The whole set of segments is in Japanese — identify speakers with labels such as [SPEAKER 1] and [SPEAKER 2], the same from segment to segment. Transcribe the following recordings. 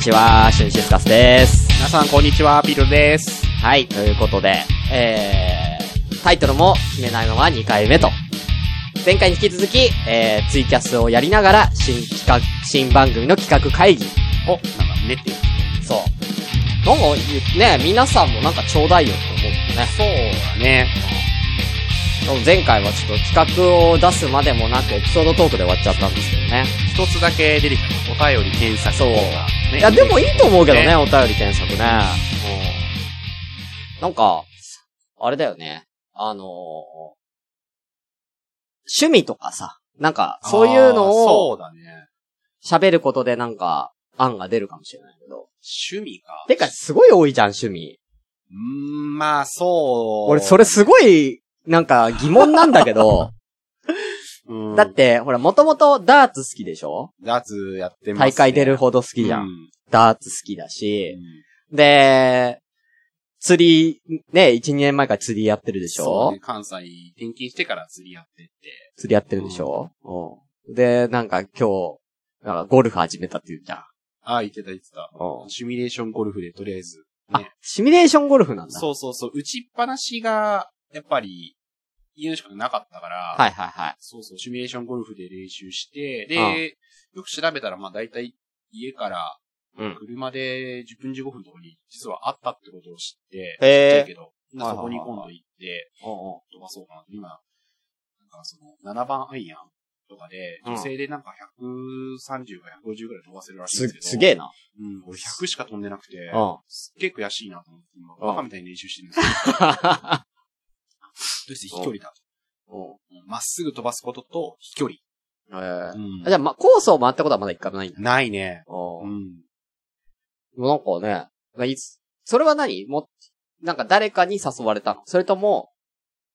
[SPEAKER 1] ちは、シュンシスカスです。
[SPEAKER 2] 皆さん、こんにちは。ビルです。
[SPEAKER 1] はい、ということで、えー、タイトルも決めないまま2回目と。前回に引き続き、えー、ツイキャスをやりながら、新企画、新番組の企画会議。
[SPEAKER 2] お、なんか寝てる。
[SPEAKER 1] そう。なんか言う、ね、皆さんもなんかちょうだいよって思うけどね。
[SPEAKER 2] そうだね。
[SPEAKER 1] でも前回はちょっと企画を出すまでもなくエピソードトークで終わっちゃったんですけどね。
[SPEAKER 2] 一つだけ出てきた。お便り検索
[SPEAKER 1] そう
[SPEAKER 2] とかね
[SPEAKER 1] いや、でもいいと思うけどね、
[SPEAKER 2] ね
[SPEAKER 1] お便り検索ね。うんなんか、あれだよね。あのー趣味とかさ、なんか、そういうの
[SPEAKER 2] あーそ
[SPEAKER 1] を
[SPEAKER 2] うだね。
[SPEAKER 1] 喋ることでなんか、案が出るかもしれないけど。
[SPEAKER 2] 趣味か。
[SPEAKER 1] てか、すごい多いじゃん、趣味。
[SPEAKER 2] うーん、まあ、そう。
[SPEAKER 1] 俺、それすごい、なんか、疑問なんだけど。
[SPEAKER 2] うん、
[SPEAKER 1] だって、ほら、もともとダーツ好きでしょ
[SPEAKER 2] ダーツやってます、ね。
[SPEAKER 1] 大会出るほど好きじゃ。
[SPEAKER 2] うんん。
[SPEAKER 1] ダーツ好きだし、で、釣り、ね、1、2年前から釣りやってるで
[SPEAKER 2] で
[SPEAKER 1] しょ、
[SPEAKER 2] 関西転勤してから釣りやってて。
[SPEAKER 1] 釣りやってるでしょ、うん、で、なんか今日、なんかゴルフ始めたって言うじゃん。
[SPEAKER 2] ああ、言ってた言ってた。シミュレーションゴルフでとりあえず。
[SPEAKER 1] あ、シミュレーションゴルフなんだ。
[SPEAKER 2] そうそうそう。打ちっぱなしが、やっぱり、家のしかなかったから。
[SPEAKER 1] はいはいはい。
[SPEAKER 2] そうそう、シミュレーションゴルフで練習して、
[SPEAKER 1] ああ
[SPEAKER 2] で、よく調べたら、まあ大体家から
[SPEAKER 1] うん、
[SPEAKER 2] 車で10分15分のところに実はあったってことを知って、
[SPEAKER 1] へえ
[SPEAKER 2] ちっちゃいけど、
[SPEAKER 1] はいはいはい
[SPEAKER 2] そこに今度行って、飛ばそうかなと。今、なんかその、7番アイアンとかで、
[SPEAKER 1] うん
[SPEAKER 2] 女性でなんか130か150ぐらい飛ばせるらしいん
[SPEAKER 1] す
[SPEAKER 2] です、けど。
[SPEAKER 1] すげえな。
[SPEAKER 2] うん、俺100しか飛んでなくて、
[SPEAKER 1] うん。
[SPEAKER 2] すっげえ悔しいなと思って、今、
[SPEAKER 1] うん
[SPEAKER 2] バカみたいに練習してるんです けど、どうして飛距離だと。うんまっすぐ飛ばすことと飛距離。
[SPEAKER 1] えー
[SPEAKER 2] うん
[SPEAKER 1] じゃあ、ま、コースを回ったことはまだ一回もないんだ。
[SPEAKER 2] ないね。
[SPEAKER 1] う。
[SPEAKER 2] うんん。
[SPEAKER 1] なんかね、まあいつ、それは何も、なんか誰かに誘われたのそれとも、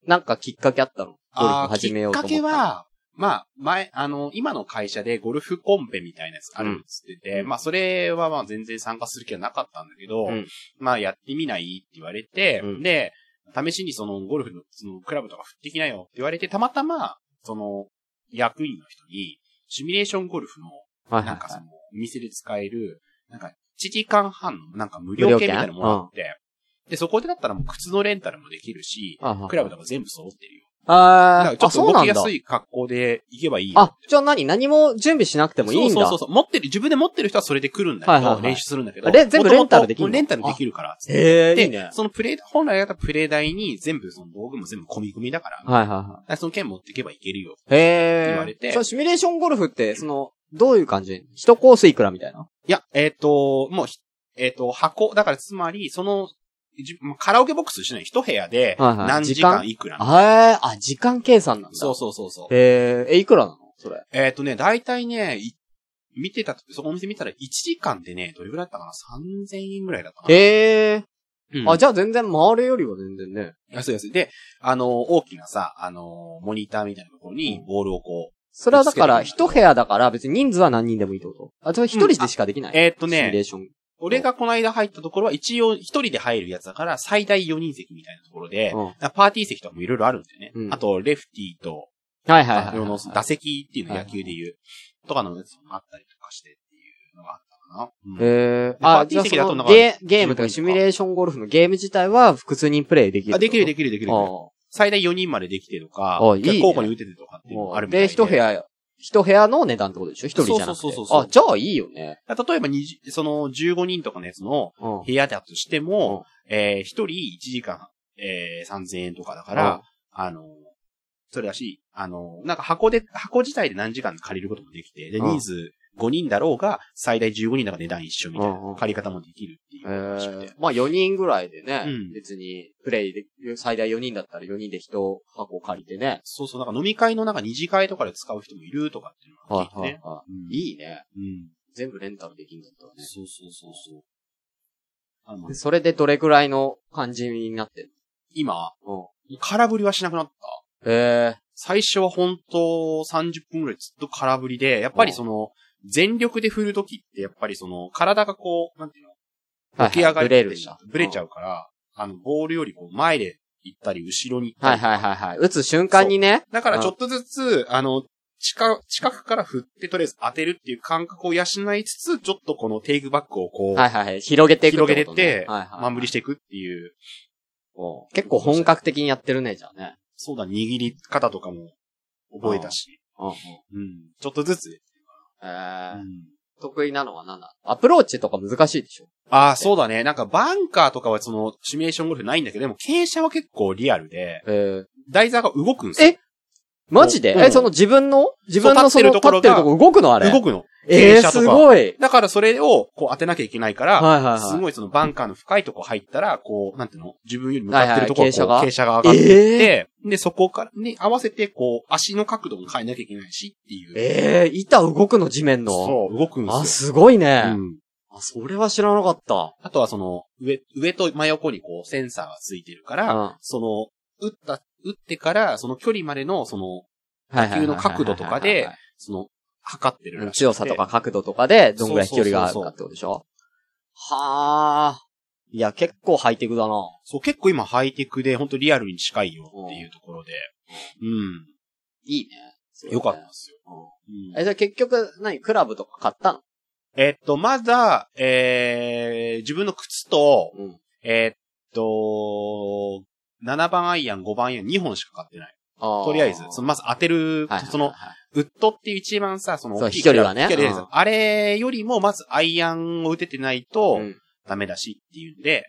[SPEAKER 1] なんかきっかけあったのゴルフ
[SPEAKER 2] あー
[SPEAKER 1] 始めようと思った。
[SPEAKER 2] きっかけ、は、まあ、前、あの、今の会社でゴルフコンペみたいなやつあるっつってて、
[SPEAKER 1] うん
[SPEAKER 2] まあ、それはまあ、全然参加する気はなかったんだけど、
[SPEAKER 1] うん
[SPEAKER 2] まあ、やってみないって言われて、
[SPEAKER 1] うん
[SPEAKER 2] で、試しにその、ゴルフの、その、クラブとか振ってきなよって言われて、たまたま、その、役員の人に、シミュレーションゴルフの、
[SPEAKER 1] はい
[SPEAKER 2] なんか
[SPEAKER 1] は
[SPEAKER 2] そ
[SPEAKER 1] い
[SPEAKER 2] の、お店で使える、なんか、1時間半の、なんか無料券みたいなのもらって、で、そこでだったらもう靴のレンタルもできるし、
[SPEAKER 1] はい。
[SPEAKER 2] クラブとか全部揃ってるよ。だか
[SPEAKER 1] あ
[SPEAKER 2] ら
[SPEAKER 1] ー
[SPEAKER 2] ちょ
[SPEAKER 1] あ、
[SPEAKER 2] っと
[SPEAKER 1] そう
[SPEAKER 2] 動
[SPEAKER 1] なん
[SPEAKER 2] きや
[SPEAKER 1] だ。
[SPEAKER 2] すい格好で行けばいいよ。
[SPEAKER 1] あ、じゃあ何何も準備しなくてもいいんだ。
[SPEAKER 2] そうそうそうそう。持ってる、自分で持ってる人はそれで来るんだけど、
[SPEAKER 1] はいはいはい
[SPEAKER 2] 練習するんだけど。
[SPEAKER 1] あれ全部
[SPEAKER 2] 元々
[SPEAKER 1] レンタルできるの
[SPEAKER 2] レンタルできるから。つって
[SPEAKER 1] へえ、
[SPEAKER 2] で
[SPEAKER 1] いいね。
[SPEAKER 2] そのプレイ、本来だったらプレイ台に全部、その道具も全部込み込みだから。だか
[SPEAKER 1] はいはいはい。
[SPEAKER 2] らその剣持っていけばいけるよ。
[SPEAKER 1] へえ。
[SPEAKER 2] 言われて
[SPEAKER 1] そのシミュレーションゴルフって、その、どういう感じ一コースいくらみたいな。
[SPEAKER 2] いや、えっ、と、もうひ、えっ、と、箱、だからつまり、その、じまあカラオケボックスしない。一部屋で、
[SPEAKER 1] はいはい
[SPEAKER 2] 何時間いくら、
[SPEAKER 1] へえ、あ、時間計算なんだ。
[SPEAKER 2] そうそうそうそう。
[SPEAKER 1] へえ、え、いくらなのそれ。
[SPEAKER 2] えっ、とね、大体ね、い見てた、そこお店見たら1時間でね、どれぐらいだったかな ?3000 円ぐらいだったかな。
[SPEAKER 1] へえ、
[SPEAKER 2] うん
[SPEAKER 1] あ、じゃあ全然回るよりは全然ね。
[SPEAKER 2] 安い安い。で、あの、大きなさ、あの、モニターみたいなところ
[SPEAKER 1] う
[SPEAKER 2] に
[SPEAKER 1] ん、
[SPEAKER 2] ボールをこ
[SPEAKER 1] それはだか
[SPEAKER 2] ぶ
[SPEAKER 1] ら、
[SPEAKER 2] つけて
[SPEAKER 1] 一部屋だから別に人数は何人でもいいってことあ、それ一人でしかできな
[SPEAKER 2] う、
[SPEAKER 1] い、
[SPEAKER 2] えーっと
[SPEAKER 1] シミュレ
[SPEAKER 2] ね、
[SPEAKER 1] ーション。
[SPEAKER 2] 俺がこの間入ったところは一応一人で入るやつだから、最大4人席みたいなところで、
[SPEAKER 1] うん
[SPEAKER 2] パーティー席とかもいろいろあるんだよね。
[SPEAKER 1] うん
[SPEAKER 2] あと、レフティーと、
[SPEAKER 1] はいはいはい
[SPEAKER 2] あの、打
[SPEAKER 1] は
[SPEAKER 2] 席っていうの、
[SPEAKER 1] はい
[SPEAKER 2] 野球でいう、とかのやつもあったりとかしてっていうのがあったかな。うん
[SPEAKER 1] い。へえ、
[SPEAKER 2] パ
[SPEAKER 1] あ、
[SPEAKER 2] ーテ
[SPEAKER 1] じ
[SPEAKER 2] ィ
[SPEAKER 1] ゃ
[SPEAKER 2] ー
[SPEAKER 1] あ
[SPEAKER 2] 席
[SPEAKER 1] そ
[SPEAKER 2] だ
[SPEAKER 1] の
[SPEAKER 2] となんか
[SPEAKER 1] ゲーゲームとかシミュレーションゴルフのゲーム自体は複数人プレイできる
[SPEAKER 2] あできる
[SPEAKER 1] き
[SPEAKER 2] できるできる。
[SPEAKER 1] あ
[SPEAKER 2] 最大4人までできてとか、
[SPEAKER 1] あいいね
[SPEAKER 2] 交互に打ててとかっていうのもあるみた
[SPEAKER 1] で、
[SPEAKER 2] い
[SPEAKER 1] 一部屋、一部屋の値段ってことでしょ一人じゃなくて。
[SPEAKER 2] そうそうそうそう
[SPEAKER 1] あ、じゃあいいよね。
[SPEAKER 2] 例えば20、その15人とかのやつの
[SPEAKER 1] うん。
[SPEAKER 2] 部屋だとしても、えー、一人1時間、えー、3000円とかだから、あの、それだし、あの、なんか箱で、箱自体で何時間借りることもできて、で、
[SPEAKER 1] うん
[SPEAKER 2] 人数5人だろうが、最大15人だから値段一緒みたい
[SPEAKER 1] うんうん
[SPEAKER 2] な、借り方もできるっていう
[SPEAKER 1] え
[SPEAKER 2] のがしくて
[SPEAKER 1] ー、まあ4人ぐらいでね、
[SPEAKER 2] うん
[SPEAKER 1] 別に、プレイで、最大4人だったら4人で1箱借りてね。
[SPEAKER 2] そうそう、なんか飲み会のなんか二次会とかで使う人もいるとかっていうのが聞いてね。
[SPEAKER 1] は
[SPEAKER 2] うん
[SPEAKER 1] い。いいね。
[SPEAKER 2] うん。
[SPEAKER 1] 全部レンタルできるんだったらね。
[SPEAKER 2] そうそうそうそう。あの
[SPEAKER 1] で、それでどれぐらいの感じになってん
[SPEAKER 2] 今、
[SPEAKER 1] の
[SPEAKER 2] 空振りはしなくなった。
[SPEAKER 1] うん。え
[SPEAKER 2] 最初は本当30分ぐらいずっと空振りで、やっぱりその、全力で振るときって、やっぱりその、体がこう、なんていう
[SPEAKER 1] ー。
[SPEAKER 2] の、起き
[SPEAKER 1] は
[SPEAKER 2] 上が
[SPEAKER 1] いはい
[SPEAKER 2] り
[SPEAKER 1] ブレるんだ。
[SPEAKER 2] ブレちゃ
[SPEAKER 1] う
[SPEAKER 2] うから、あの、ボールよりこう、前で行ったり、後ろに行っ
[SPEAKER 1] ん。
[SPEAKER 2] た
[SPEAKER 1] はい
[SPEAKER 2] り。
[SPEAKER 1] はいはいはい。打つ瞬間にね。
[SPEAKER 2] だからちょっとずつ、あの、近、近くから振ってとりあえず当てるっていう感覚を養いつつ、ちょっとこのテイクバックをこう、
[SPEAKER 1] はいはいはい。広げていく
[SPEAKER 2] 広
[SPEAKER 1] て
[SPEAKER 2] げて
[SPEAKER 1] こと
[SPEAKER 2] っ
[SPEAKER 1] ね
[SPEAKER 2] て、
[SPEAKER 1] はいはい、
[SPEAKER 2] まあ無理していくっていう。こう
[SPEAKER 1] 結構本格的にやってるね、じゃあね。
[SPEAKER 2] そうだ、握り方とかも覚えたし、
[SPEAKER 1] うんうん。
[SPEAKER 2] うん。ちょっとずつ。
[SPEAKER 1] え
[SPEAKER 2] う
[SPEAKER 1] ー
[SPEAKER 2] ん
[SPEAKER 1] 得意なのは何だアプローチとか難しいでしょ
[SPEAKER 2] ああ、そうだね。なんかバンカーとかはそのシミュレーションゴルフないんだけど、でも傾斜は結構リアルで、
[SPEAKER 1] えー、
[SPEAKER 2] 台座が動くんですよ。
[SPEAKER 1] マジで、
[SPEAKER 2] うん
[SPEAKER 1] え、その自分の自分の
[SPEAKER 2] 立
[SPEAKER 1] そ
[SPEAKER 2] って
[SPEAKER 1] の
[SPEAKER 2] る
[SPEAKER 1] 立
[SPEAKER 2] と
[SPEAKER 1] って
[SPEAKER 2] こ
[SPEAKER 1] る
[SPEAKER 2] ろが
[SPEAKER 1] とこ動くのあれ。
[SPEAKER 2] 動くの。
[SPEAKER 1] え
[SPEAKER 2] 傾
[SPEAKER 1] ー、
[SPEAKER 2] 斜
[SPEAKER 1] す
[SPEAKER 2] とか
[SPEAKER 1] ごい。
[SPEAKER 2] だからそれをこう当てなきゃいけないから、
[SPEAKER 1] はいはいはい。
[SPEAKER 2] すごいそのバンカーの深いとこ入ったら、こう、なんていうの自分より向かってるところ、
[SPEAKER 1] はいはい
[SPEAKER 2] こう
[SPEAKER 1] 傾
[SPEAKER 2] 傾斜が上がってって、で、そこから、に合わせて、こう、足の角度も変えなきゃいけないしっていう。
[SPEAKER 1] ええー、板動くの地面の。
[SPEAKER 2] そう、動くんですよ。
[SPEAKER 1] あ、すごいね、
[SPEAKER 2] うん。
[SPEAKER 1] あ、それは知らなかった。
[SPEAKER 2] あとはその、上、上と真横にこう、センサーがついてるから、
[SPEAKER 1] うん
[SPEAKER 2] その、打った、打ってから、その距離までの、その、
[SPEAKER 1] はいはいはい
[SPEAKER 2] 打球の角度とかで、その、測ってるらしくて
[SPEAKER 1] 強さとか。角度とかで、どんぐらい飛距離があるかってことでしょはあ。いや、結構ハイテクだな。
[SPEAKER 2] そう、結構今ハイテクで、本当リアルに近いよっていうところで。
[SPEAKER 1] いい
[SPEAKER 2] う
[SPEAKER 1] ね
[SPEAKER 2] ん。よかったんですよ。うん
[SPEAKER 1] え、じゃあ結局、何クラブとか買ったの
[SPEAKER 2] えっと、まだ、えー、自分の靴と、
[SPEAKER 1] うん。
[SPEAKER 2] えーっと、7番アイアン、5番アイアン2本しか買ってない。
[SPEAKER 1] あー
[SPEAKER 2] とりあえず、その、まず当てる、
[SPEAKER 1] はいはいはいはい
[SPEAKER 2] その、ウッドっていう一番さ、その
[SPEAKER 1] そう
[SPEAKER 2] 大きい
[SPEAKER 1] 飛距離はね
[SPEAKER 2] 飛距離です
[SPEAKER 1] うん
[SPEAKER 2] あれよりも、まずアイアンを打ててないと
[SPEAKER 1] う、ん
[SPEAKER 2] ダメだしっていうんで、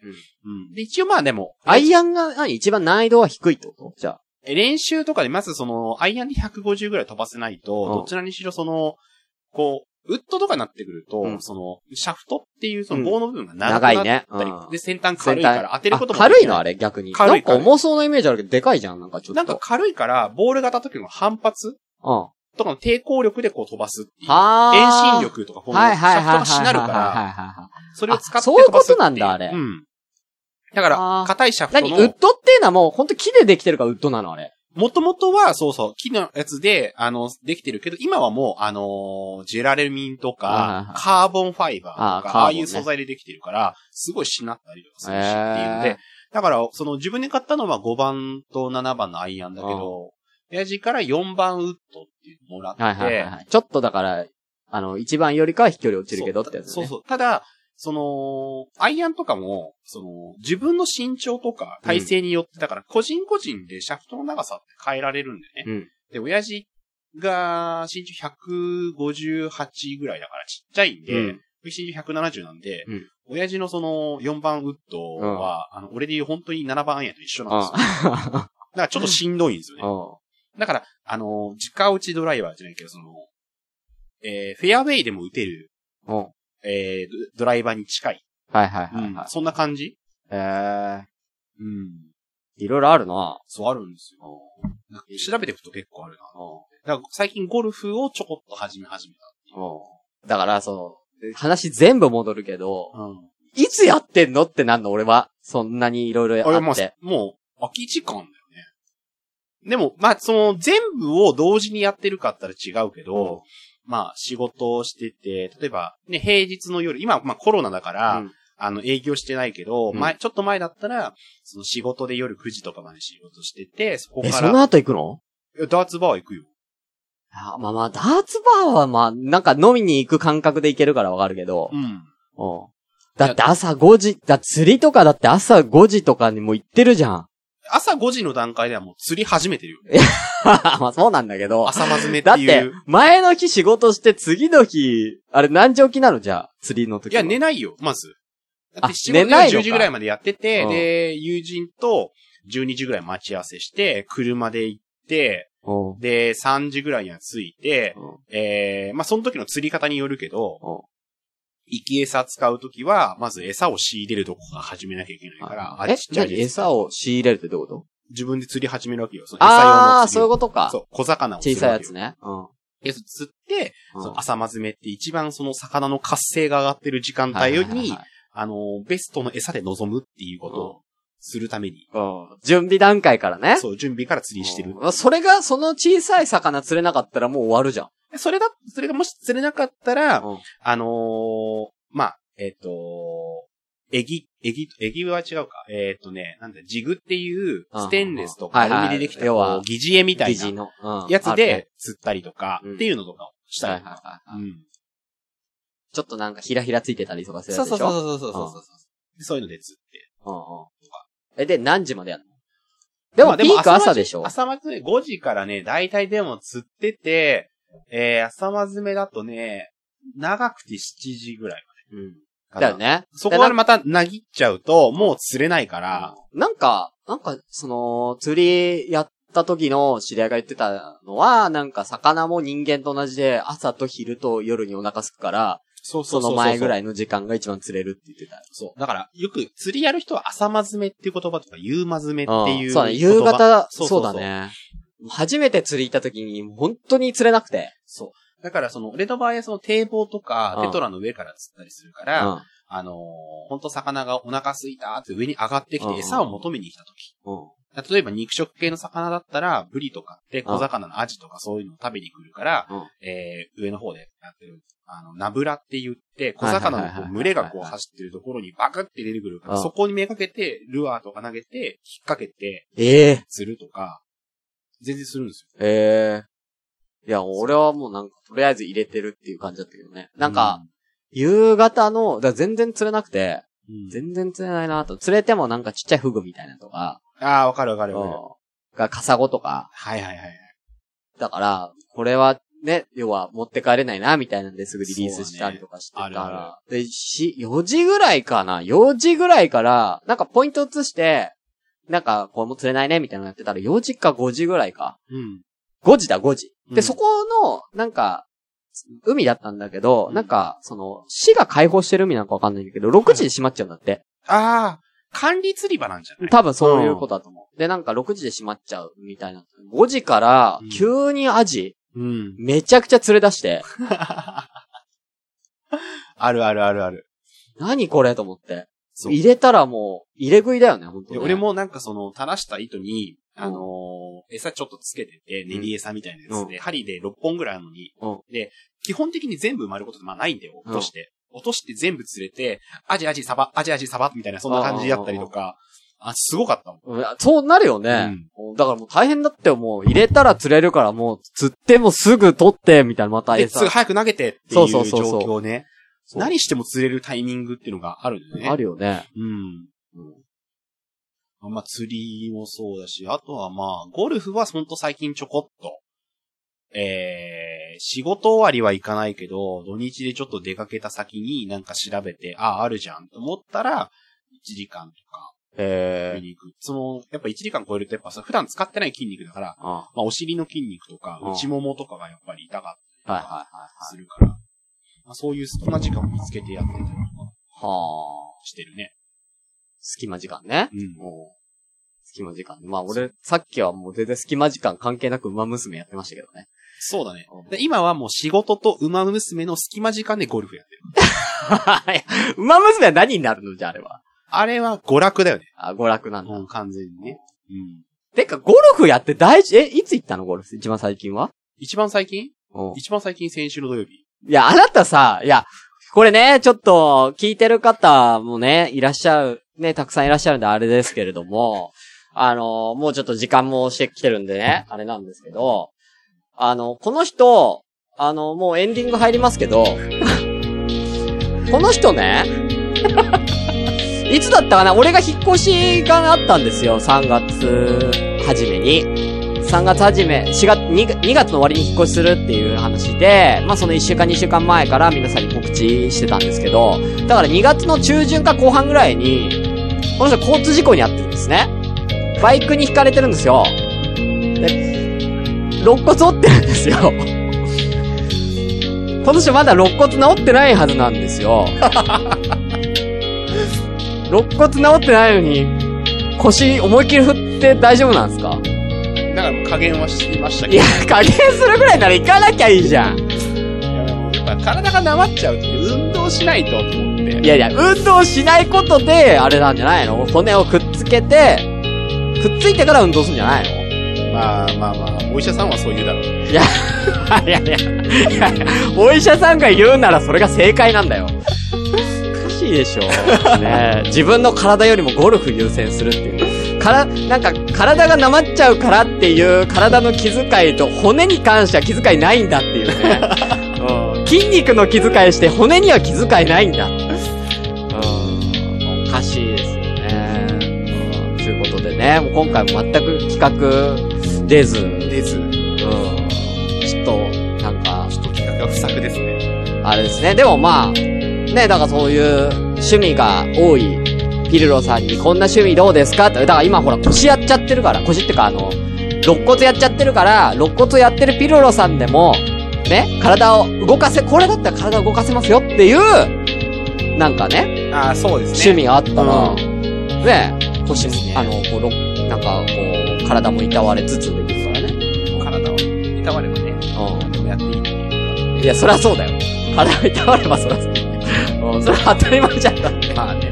[SPEAKER 2] うんで、一応まあでも、
[SPEAKER 1] アイアンが何一番難易度は低いってことじゃあ。
[SPEAKER 2] 練習とかでまずその、アイアンで150ぐらい飛ばせないと、
[SPEAKER 1] うん
[SPEAKER 2] どちらにしろその、こう、ウッドとかになってくると、
[SPEAKER 1] うん
[SPEAKER 2] その、シャフトっていうその棒の部分が長く
[SPEAKER 1] 長
[SPEAKER 2] な
[SPEAKER 1] い
[SPEAKER 2] っ
[SPEAKER 1] ね。
[SPEAKER 2] たり、
[SPEAKER 1] うん
[SPEAKER 2] で、先端軽いから当てることも
[SPEAKER 1] あ軽いの
[SPEAKER 2] あれ
[SPEAKER 1] あれ逆に。
[SPEAKER 2] 軽い
[SPEAKER 1] なんか
[SPEAKER 2] 軽い
[SPEAKER 1] 重そうなイメージあるけど、でかいじゃん、なんかちょっと。
[SPEAKER 2] なんか、軽いから、ボール型時の反発
[SPEAKER 1] うん。は
[SPEAKER 2] とかの抵抗力でこう飛ばすっていう。
[SPEAKER 1] あ。
[SPEAKER 2] 遠心力とか、この、シ
[SPEAKER 1] はいはいは
[SPEAKER 2] ャフ
[SPEAKER 1] い
[SPEAKER 2] ト
[SPEAKER 1] はい
[SPEAKER 2] がしなるか
[SPEAKER 1] はいはい
[SPEAKER 2] ら、
[SPEAKER 1] はいはい
[SPEAKER 2] それを使って
[SPEAKER 1] あそういう
[SPEAKER 2] 飛
[SPEAKER 1] こ
[SPEAKER 2] ばす
[SPEAKER 1] と
[SPEAKER 2] ってい
[SPEAKER 1] なんだあれ
[SPEAKER 2] うん。だから
[SPEAKER 1] あ、ー
[SPEAKER 2] 硬いシャフト
[SPEAKER 1] 何ウッ
[SPEAKER 2] の、
[SPEAKER 1] ドっていうのはもう本当木でできてるからウッドなのあれ。
[SPEAKER 2] もともとは、そうそう、木のやつで、あの、できてるけど、今はもう、あのー、ジェラルミンと
[SPEAKER 1] はいはいは
[SPEAKER 2] か
[SPEAKER 1] い、
[SPEAKER 2] カーボンファイバー
[SPEAKER 1] あーカーボン
[SPEAKER 2] とか、
[SPEAKER 1] ね
[SPEAKER 2] ああいう素材でできてるから、すごいしなったりとかするしっていうの
[SPEAKER 1] へー
[SPEAKER 2] で、だから、その自分で買ったのは5番と7番のアイアンだけど、親父から4番ウッドっていうのもらって、
[SPEAKER 1] はいはいはいはい。ちょっとだから、あの、一番よりかは飛距離落ちるけどってやつね。
[SPEAKER 2] そうそう。ただ、その、アイアンとかも、その、自分の身長とか体勢によって、だから個人個人でシャフトの長さって変えられるんでね。
[SPEAKER 1] うん
[SPEAKER 2] で、親父が身長158ぐらいだからちっちゃいんで、
[SPEAKER 1] うん
[SPEAKER 2] 身長170なんで、
[SPEAKER 1] うん
[SPEAKER 2] 親父のその4番ウッドは、あの、俺で言う本当に7番アイアンと一緒なんですよ。
[SPEAKER 1] あ
[SPEAKER 2] だからちょっとしんどいんですよね。
[SPEAKER 1] あ
[SPEAKER 2] だから、あの、直打ちドライバーじゃないけど、その、えーフェアウェイでも打てる、
[SPEAKER 1] うん。うん
[SPEAKER 2] えードドライバーに近い。
[SPEAKER 1] はいはいは
[SPEAKER 2] う
[SPEAKER 1] い
[SPEAKER 2] ん
[SPEAKER 1] はい。
[SPEAKER 2] そんな感じ
[SPEAKER 1] え
[SPEAKER 2] うん。
[SPEAKER 1] え。いろいろあるな。
[SPEAKER 2] そうあるんですよ。なんか調べていくと結構あるな。だから最近ゴルフをちょこっと始め始め
[SPEAKER 1] うんだから、そう、話全部戻るけど、
[SPEAKER 2] た。うん。
[SPEAKER 1] いつやってんのってなんの俺は。そんなにいろいろ
[SPEAKER 2] あれ、
[SPEAKER 1] や
[SPEAKER 2] ま
[SPEAKER 1] って
[SPEAKER 2] あ。、もう、空き時間だよね。でも、まあ、その、全部を同時にやってるかったら違うけど、まあ、仕事をしてて、例えば、ね、平日の夜、今、まあ、コロナだから、
[SPEAKER 1] うん
[SPEAKER 2] あの、営業してないけど、
[SPEAKER 1] うん
[SPEAKER 2] 前、ちょっと前だったら、その仕事で夜9時とかまで仕事してて、そこ
[SPEAKER 1] え、
[SPEAKER 2] か
[SPEAKER 1] そ
[SPEAKER 2] ら、
[SPEAKER 1] の後行くの
[SPEAKER 2] いやダーツバー行くよ。
[SPEAKER 1] あまあまあ、ダーツバーはまあ、なんか飲みに行く感覚で行けるからわかるけど。
[SPEAKER 2] うん。
[SPEAKER 1] うん。だって朝5時、だ釣りとかだって朝5時とかにも行ってるじゃん。
[SPEAKER 2] 朝5時の段階ではもう釣り始めてるよね。
[SPEAKER 1] まあそうなんだけど。
[SPEAKER 2] 朝まずめって
[SPEAKER 1] だっ
[SPEAKER 2] い
[SPEAKER 1] て
[SPEAKER 2] う。、
[SPEAKER 1] 前の日仕事して次の日、あれ何時起きなのじゃあ、釣りの時
[SPEAKER 2] い
[SPEAKER 1] は。
[SPEAKER 2] や、寝ないよ、まず。だっ
[SPEAKER 1] あ
[SPEAKER 2] て仕事
[SPEAKER 1] 寝ないの
[SPEAKER 2] 10
[SPEAKER 1] か
[SPEAKER 2] 時ぐらいまでやってて、
[SPEAKER 1] うん
[SPEAKER 2] で、友人と12時ぐらい待ち合わせして、車で行って、
[SPEAKER 1] うん。うん。
[SPEAKER 2] で、3時ぐらいには着いて、えー、まあ、その時の釣り方によるけど、生き餌使う時は、まず餌を仕入れるとこから始めなきゃいけないから、あ
[SPEAKER 1] え
[SPEAKER 2] ちっ、ちゃい
[SPEAKER 1] 何
[SPEAKER 2] です
[SPEAKER 1] 餌を仕入れるってどういうこと
[SPEAKER 2] 自分で釣り始めるわけよ。その餌用の釣り
[SPEAKER 1] ああー、そういうことか。
[SPEAKER 2] そう、小魚を釣
[SPEAKER 1] 小
[SPEAKER 2] る
[SPEAKER 1] さい
[SPEAKER 2] わ
[SPEAKER 1] や
[SPEAKER 2] け
[SPEAKER 1] つ
[SPEAKER 2] よ。
[SPEAKER 1] ね。うん。
[SPEAKER 2] いやそう釣って、その
[SPEAKER 1] うん
[SPEAKER 2] 朝まずめって一番その魚の活性が上がってる時間帯
[SPEAKER 1] は
[SPEAKER 2] より、
[SPEAKER 1] いはいはいはい
[SPEAKER 2] あの、ベストの餌で臨むっていうことをするために、
[SPEAKER 1] うん準備段階からね。
[SPEAKER 2] そう、準備から釣りしてる。
[SPEAKER 1] うんそれが、その小さい魚釣れなかったらもう終わるじゃん。
[SPEAKER 2] それだ、それがもし釣れなかったら、
[SPEAKER 1] うん
[SPEAKER 2] あのーまあ、えっ、とえぎ、えぎ、えぎは違うか。えーっとね、なんだ、ジグっていう、
[SPEAKER 1] うん
[SPEAKER 2] ステンレスと
[SPEAKER 1] は
[SPEAKER 2] か
[SPEAKER 1] いはい
[SPEAKER 2] アルミでできた、
[SPEAKER 1] 要
[SPEAKER 2] こ
[SPEAKER 1] は
[SPEAKER 2] う疑似絵みたい
[SPEAKER 1] 疑似
[SPEAKER 2] な
[SPEAKER 1] の、うん
[SPEAKER 2] やつ
[SPEAKER 1] あるね
[SPEAKER 2] で釣ったりとか、
[SPEAKER 1] うん
[SPEAKER 2] っていうのとかをした
[SPEAKER 1] はいは
[SPEAKER 2] り
[SPEAKER 1] い
[SPEAKER 2] とか。
[SPEAKER 1] はい。
[SPEAKER 2] うん
[SPEAKER 1] ちょっとなんかひらひらついてたりとかする
[SPEAKER 2] そ
[SPEAKER 1] や
[SPEAKER 2] う
[SPEAKER 1] つ
[SPEAKER 2] そ
[SPEAKER 1] でし
[SPEAKER 2] う
[SPEAKER 1] ょ
[SPEAKER 2] そうそうそうそうそう。そういうので釣って。
[SPEAKER 1] うんうん。え、で、何時までやるのでも、
[SPEAKER 2] まあ
[SPEAKER 1] ピーク朝でしょ
[SPEAKER 2] 朝まずめ、5時からね、だいたいでも釣ってて、えー、朝まずめだとね、長くて7時ぐらい
[SPEAKER 1] うん。
[SPEAKER 2] かな。
[SPEAKER 1] だよね。
[SPEAKER 2] そこ
[SPEAKER 1] だ
[SPEAKER 2] ま
[SPEAKER 1] から
[SPEAKER 2] でまたなぎっちゃうと、もう釣れないから、
[SPEAKER 1] なんか、なんか、その、釣りやった時の知り合いが言ってたのは、なんか魚も人間と同じで、朝と昼と夜にお腹すくから、
[SPEAKER 2] そう
[SPEAKER 1] その前ぐら
[SPEAKER 2] い。
[SPEAKER 1] いの時間が一番釣れるって言ってた。
[SPEAKER 2] そう。だから、よく釣りやる人は朝まずめっていう言葉とか、夕まずめってい
[SPEAKER 1] ん
[SPEAKER 2] う言葉。
[SPEAKER 1] そうだね、夕方、
[SPEAKER 2] そ
[SPEAKER 1] そ
[SPEAKER 2] うそううそう
[SPEAKER 1] だね。初めて釣り行った時に、本当に釣れなくて。
[SPEAKER 2] そう。だから、その、俺の場合はその堤防とか、
[SPEAKER 1] うん
[SPEAKER 2] テトラの上から釣ったりするか
[SPEAKER 1] う
[SPEAKER 2] ら、
[SPEAKER 1] ん。
[SPEAKER 2] あのー、ほんと魚がお腹空いたって上に上がってき
[SPEAKER 1] うん
[SPEAKER 2] て餌を求めに来た時。
[SPEAKER 1] うん。
[SPEAKER 2] 例えば肉食系の魚だったら、ブリとかって小魚のアジとかそういうのを食べに来るから、
[SPEAKER 1] うん
[SPEAKER 2] えー、上の方でやってる、あの、ナブラって言って、小魚
[SPEAKER 1] はいはいはいは
[SPEAKER 2] のこ
[SPEAKER 1] いう
[SPEAKER 2] 群れがこう走ってるところにバクって出てくるから、
[SPEAKER 1] うん
[SPEAKER 2] そこにめがけて、ルアーとか投げて、引っ掛けて、
[SPEAKER 1] ええ
[SPEAKER 2] 釣るとか、全然するんですよ。
[SPEAKER 1] ええいや、俺はもうなんか、とりあえず入れてるっていう感じだったけどね。なんか、夕方の、だから全然釣れなくて、
[SPEAKER 2] うん、うん
[SPEAKER 1] 全然釣れないなと。釣れてもなんかちっちゃいフグみたいなのとか、
[SPEAKER 2] ああ、わかるわか
[SPEAKER 1] う
[SPEAKER 2] る
[SPEAKER 1] ん
[SPEAKER 2] わかる。
[SPEAKER 1] が、カサゴとか。
[SPEAKER 2] はいはいはい。
[SPEAKER 1] だから、これはね、要は持って帰れないな、みたいなんですぐリリースしたりとかしてた
[SPEAKER 2] そうだね
[SPEAKER 1] ら、で、し、4時ぐらいかな ?4 時ぐらいから、なんかポイント移して、なんか、これも釣れないね、みたいなのやってたら、4時か5時ぐらいか。
[SPEAKER 2] うん。
[SPEAKER 1] 5時だ、5時。
[SPEAKER 2] う
[SPEAKER 1] で、
[SPEAKER 2] ん
[SPEAKER 1] そこの、なんか、海だったんだけど、
[SPEAKER 2] うん
[SPEAKER 1] なんか、その、市が開放してる海なんかわかんないんだけど、6時で閉まっちゃうんだって。
[SPEAKER 2] ああ、管理釣り場なんじゃない
[SPEAKER 1] 多分そういうことだと思う。で、なんか6時で閉まっちゃうみたいな。5時から
[SPEAKER 2] うん、
[SPEAKER 1] 急にアジ、
[SPEAKER 2] うん。
[SPEAKER 1] めちゃくちゃ連れ出して、
[SPEAKER 2] あるあるあるある。
[SPEAKER 1] 何これと思って。
[SPEAKER 2] そう
[SPEAKER 1] 入れたらもう、入れ食いだよね、本当
[SPEAKER 2] で、
[SPEAKER 1] ね。
[SPEAKER 2] 俺、もなんかその、垂らした糸に、あのー餌ちょっとつけてて、練り餌みたいなやつで、針で6本ぐらいあるのに、
[SPEAKER 1] うん
[SPEAKER 2] で、基本的に全部埋まることってまあないんだよ、
[SPEAKER 1] うん
[SPEAKER 2] 落として。落として全部釣れて、アジアジサバ、アジアジサバみたいな、そんな感じだったりとか、あ、すごかったもん。
[SPEAKER 1] うんそうなるよね。だからもう大変だってもう、入れたら釣れるからもう、釣ってもすぐ取って、みたいな、また
[SPEAKER 2] で、
[SPEAKER 1] 餌
[SPEAKER 2] すぐ早く投げてってい
[SPEAKER 1] そう
[SPEAKER 2] う
[SPEAKER 1] そう
[SPEAKER 2] 状
[SPEAKER 1] そうそう
[SPEAKER 2] 況ね。
[SPEAKER 1] そう
[SPEAKER 2] 何しても釣れるタイミングっていうのがあるんだよね。
[SPEAKER 1] あるよね。
[SPEAKER 2] うん。まあ、釣りもそうだし、あとはまあ、ゴルフはほんと最近ちょこっと。えー、仕事終わりはいかないけど、土日でちょっと出かけた先になんか調べて、ああ、あるじゃんと思ったら、1時間とか
[SPEAKER 1] え
[SPEAKER 2] 見に行く。その、やっぱ1時間超えるとやっぱさ、普段使ってない筋肉だから、
[SPEAKER 1] ー、あ
[SPEAKER 2] まあ、お尻の筋肉とか
[SPEAKER 1] うん、
[SPEAKER 2] 内ももとかがやっぱり痛かっ
[SPEAKER 1] はいはいはいはい。
[SPEAKER 2] たりするから、まあ、そういう隙間時間を見つけてやってたりとか
[SPEAKER 1] はあ。
[SPEAKER 2] してるね。
[SPEAKER 1] 隙間時間ね。
[SPEAKER 2] うん。
[SPEAKER 1] もう。隙間時間。まあ俺、さっきはもう全然隙間時間関係なく馬娘やってましたけど ね。
[SPEAKER 2] そうだね
[SPEAKER 1] うん。
[SPEAKER 2] で今はもう仕事と馬娘の隙間時間でゴルフやってる。
[SPEAKER 1] いや馬娘は何になるのじゃああれは。
[SPEAKER 2] あれは娯楽だよね。
[SPEAKER 1] あ、娯楽なんだ。
[SPEAKER 2] もう完全にね。うん。
[SPEAKER 1] てか、ゴルフやって大事、え、いつ行ったのゴルフ一番最近は
[SPEAKER 2] 一番最近
[SPEAKER 1] うん。
[SPEAKER 2] 一番最近先週の土曜日。
[SPEAKER 1] いや、あなたさ、いや、これね、ちょっと、聞いてる方もね、いらっしゃる、ね、たくさんいらっしゃるんであれですけれども、あの、もうちょっと時間もしてきてるんでね、あれなんですけど、あの、この人、あの、もうエンディング入りますけど、 この人ね、 いつだったかな俺が引っ越しがあったんですよ、3月初めに。3月初め、4月、2, 月2月の終わりに引っ越しするっていう話で、まあその1週間2週間前から皆さんに告知してたんですけど、だから2月の中旬か後半ぐらいに、この人交通事故に遭ってるんですね。バイクにひかれてるんですよ。で、肋骨折ってるんですよ。 この人まだ肋骨治ってないはずなんですよ。 肋骨治ってないのに、腰思いっきり振って大丈夫なんですか
[SPEAKER 2] だからもう加減はしてました
[SPEAKER 1] い
[SPEAKER 2] け
[SPEAKER 1] や、加減するぐらいなら行かなきゃいいじゃん。
[SPEAKER 2] ど、いやでもやっぱ体がなまっちゃうって運動しないとと思って。
[SPEAKER 1] いやいや、運動しないことで、あれなんじゃないの骨をくっつけて、くっついてから運動するんじゃないの
[SPEAKER 2] まあまあまあ、お医者さんはそう言うだろうね。
[SPEAKER 1] い やいや、いやいやお医者さんが言うならそれが正解なんだよ。おかししいでしょ。ねえ自分の体よりもゴルフ優先するっていう。から、なんか、体がなまっちゃうからっていう体の気遣いと、骨に関しては気遣いないんだっていうね。うん。筋肉の気遣いして、骨には気遣いないんだ。うん。おかしいですよね。うん。ということでね、もう今回も全く企画出ず、うん。
[SPEAKER 2] です。
[SPEAKER 1] ちょっと、なんか、
[SPEAKER 2] ちょっと企画が不作ですね。
[SPEAKER 1] あれですね。でもまあ、ね、だからそういう趣味が多いピルロさんにこんな趣味どうですかって、だから今ほら腰やっちゃってるから、腰ってかあの、肋骨やっちゃってるから、肋骨やってるピルロさんでも、ね、体を動かせ、これだったら体を動かせますよっていう、なんかね、
[SPEAKER 2] ああ、そうです
[SPEAKER 1] 趣味
[SPEAKER 2] ね。
[SPEAKER 1] があったら、
[SPEAKER 2] う
[SPEAKER 1] ね、腰
[SPEAKER 2] ですね
[SPEAKER 1] に、あの、こうろ、なんかこう、体もいたわれつつできるからね。
[SPEAKER 2] 体をいたわればね、
[SPEAKER 1] うん。
[SPEAKER 2] どうやっていい
[SPEAKER 1] いや、そりゃそうだよ。体がいたわればそりゃそうだよ。うん、それは当たり前じゃんだって。
[SPEAKER 2] まあ ね。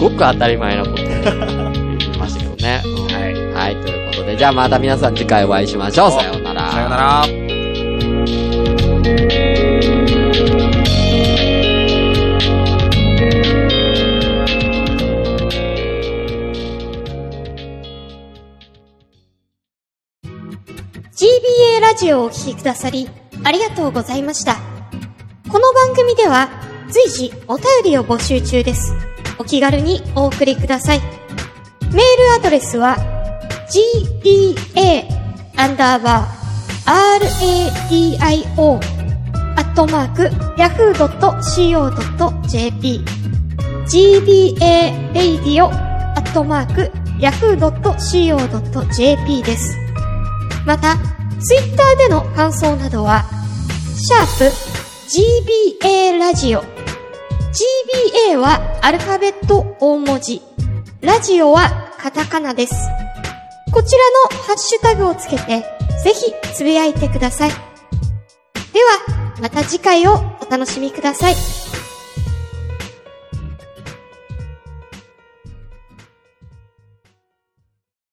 [SPEAKER 1] ごく当たり前 なこと言いましたけどね。
[SPEAKER 2] は
[SPEAKER 1] は
[SPEAKER 2] い。
[SPEAKER 1] い、ということで、じゃあまた皆さん次回お会いしましょう。さようなら。
[SPEAKER 2] さよなら。
[SPEAKER 3] GBA ラジオをお聴きくださり、ありがとうございました。この番組では、随時お便りを募集中です。お気軽にお送りください。メールアドレスは、gba, アンダーバー、radio, アットマーク、yahoo.co.jp gba, radio, アットマーク、yahoo.co.jp です。また、ツイッターでの感想などは、シャープ GBA ラジオ。GBA はアルファベット大文字。ラジオはカタカナです。こちらのハッシュタグをつけて、ぜひつぶやいてください。では、また次回をお楽しみください。